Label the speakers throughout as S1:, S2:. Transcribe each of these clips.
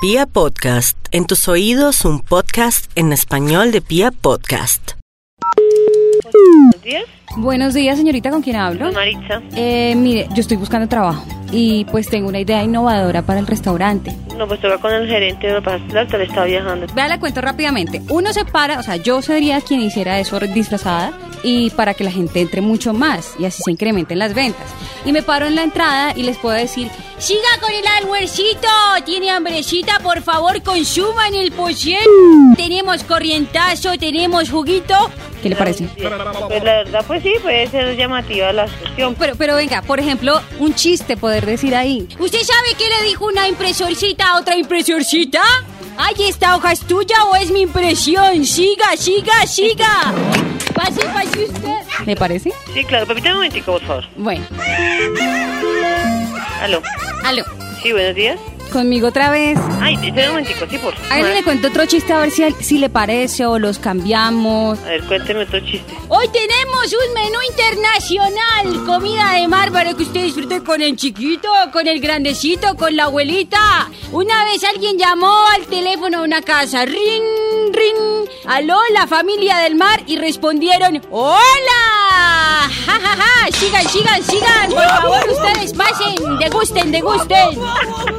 S1: Pia Podcast, en tus oídos un podcast en español de Pia Podcast.
S2: Buenos días,
S3: Buenos días, señorita, ¿con quién hablo?
S2: soy Maritza.
S3: Eh, mire, yo estoy buscando trabajo y pues tengo una idea innovadora para el restaurante.
S2: No, pues toca con el gerente, lo que pasa es que la doctora estaba viajando.
S3: Vea, la cuento rápidamente. Uno se para, o sea, yo sería quien hiciera eso disfrazada y para que la gente entre mucho más y así se incrementen las ventas. Y me paro en la entrada y les puedo decir, siga con el almuercito, tiene hambrecita, por favor consuman el pochero. Tenemos corrientazo, tenemos juguito. ¿Qué le parece?
S2: Pues la verdad, pues sí, puede ser llamativa la cuestión.
S3: Pero, pero venga, por ejemplo, un chiste poder decir ahí. ¿Usted sabe qué le dijo una impresorcita a otra impresorcita? Ay, esta hoja es tuya o es mi impresión. Siga, siga, siga. Pase, pase usted. ¿Me parece?
S2: Sí, claro, permítame un momentico, por favor.
S3: Bueno,
S2: Aló.
S3: aló.
S2: Sí, buenos días.
S3: Conmigo otra vez.
S2: Ay, espera un momentico, sí, por favor.
S3: A ver, le cuento otro chiste a ver si, al- si le parece o los cambiamos.
S2: A ver, cuénteme otro chiste.
S3: Hoy tenemos un menú internacional, comida de mar para que usted disfrute con el chiquito, con el grandecito, con la abuelita. Una vez alguien llamó al teléfono a una casa, ring, ring, aló la familia del mar y respondieron, hola, ja, ja, ja, sigan, sigan, sigan, por favor ustedes pasen, degusten, degusten.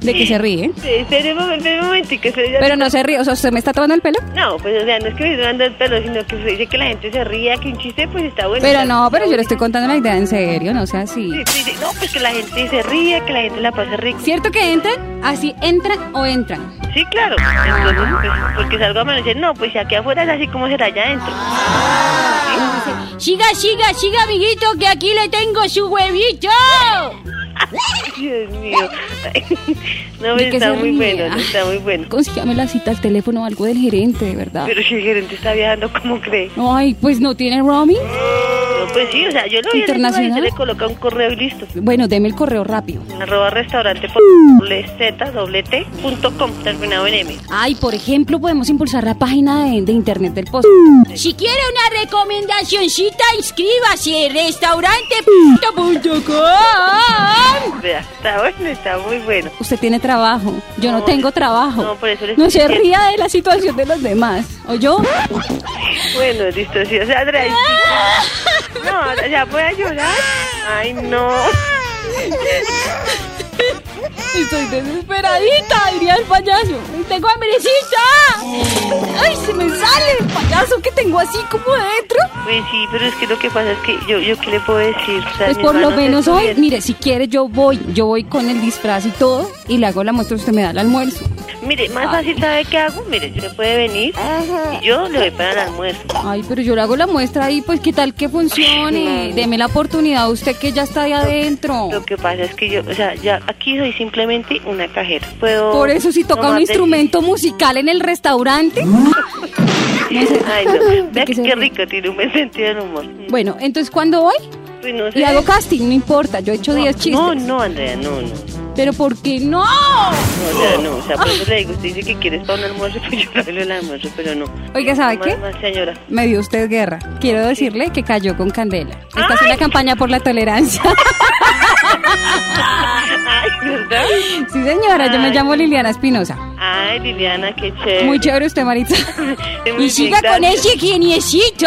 S3: ¿De que se ríe?
S2: Sí, espere un momento, espere un momentico. espere, ya-
S3: Pero no se ríe, o sea, ¿usted me está tomando el pelo?
S2: No, pues o sea, no es que me esté dando el pelo, sino que se dice que la gente se ría, que un chiste, pues está bueno.
S3: Pero
S2: Está-
S3: no, pero yo le estoy contando la idea en serio, no sea así.
S2: Sí, sí, sí. No, pues que la gente se ría, que la gente la pase rico.
S3: ¿Cierto que entran? Así, ¿entran o entran?
S2: Sí, claro. Entonces, pues, porque salgo a amanecer, no, pues si aquí afuera es así como será allá adentro.
S3: Siga, siga, siga, amiguito, que aquí le tengo su huevito.
S2: Dios mío. No,
S3: ¿De qué
S2: está
S3: se
S2: muy
S3: ríe?
S2: bueno, no, está muy bueno.
S3: Consígame la cita al teléfono o algo del gerente, de verdad.
S2: Pero si el gerente está viajando, ¿cómo cree?
S3: Ay, pues no tiene roaming.
S2: No, pues sí, o sea, yo lo vi en el
S3: ¿Internacional?
S2: y se le coloca un correo y listo.
S3: Bueno, deme el correo rápido.
S2: Arroba restaurante por doble z doble t punto com, terminado en M.
S3: Ay, por ejemplo, podemos impulsar la página de, de internet del post. Si quiere una recomendacioncita, inscríbase restaurante.com.
S2: Vea, está bueno, está muy bueno.
S3: Usted tiene trabajo, yo no,
S2: No,
S3: tengo trabajo.
S2: no, por eso le
S3: no
S2: estoy
S3: se
S2: diciendo.
S3: ría de la situación de los demás. ¿O yo?
S2: Bueno, listo, sí, o sea, Andrea, sí. No, ahora ya voy a llorar. Ay, no.
S3: Estoy desesperadita, diría el payaso. Tengo hambrecita. Ay, se me sale el payaso que tengo así como dentro.
S2: Pues sí, pero es que lo que pasa es que yo, yo ¿qué le puedo decir? O sea,
S3: Pues
S2: mis
S3: por lo
S2: manos
S3: menos hoy,
S2: estuvieron-
S3: mire, si quiere yo voy, yo voy con el disfraz y todo y le hago la muestra, usted me da el almuerzo.
S2: Mire, más fácil, ¿sabe qué hago? Mire, usted puede venir y yo le voy para el almuerzo.
S3: Ay, pero yo le hago la muestra ahí, pues qué tal que funcione. Deme la oportunidad usted que ya está ahí adentro.
S2: Lo que pasa es que yo, o sea, ya aquí soy simplemente una cajera. Puedo
S3: Por eso si toca
S2: tomar
S3: un
S2: del-
S3: instrumento musical en el restaurante.
S2: Ay, no.
S3: ¿De
S2: Vea
S3: qué
S2: que
S3: se
S2: qué
S3: ríe?
S2: rico, tiene un buen sentido del humor. Mm,
S3: Bueno, entonces ¿cuándo voy?
S2: Pues no sé.
S3: Le hago casting, no importa, yo he hecho 10 chistes.
S2: No, no, Andrea, no, no.
S3: Pero ¿por qué
S2: No,
S3: no?
S2: o sea, no, o sea, por eso le digo, usted dice que quieres para un almuerzo, pues yo le doy el almuerzo, pero no.
S3: Oiga, ¿sabe
S2: Más-
S3: qué?
S2: más, señora.
S3: Me dio usted guerra. Quiero decirle que cayó con candela. Esta es una
S2: ¡Ay!
S3: campaña por la tolerancia.
S2: Ay, ¿verdad?
S3: sí, señora, yo me
S2: Ay.
S3: llamo Liliana Espinosa.
S2: Ay, Liliana, qué chévere.
S3: Muy chévere usted, Maritza.
S2: Muy
S3: y
S2: bien,
S3: siga con
S2: gracias.
S3: ese geniecito.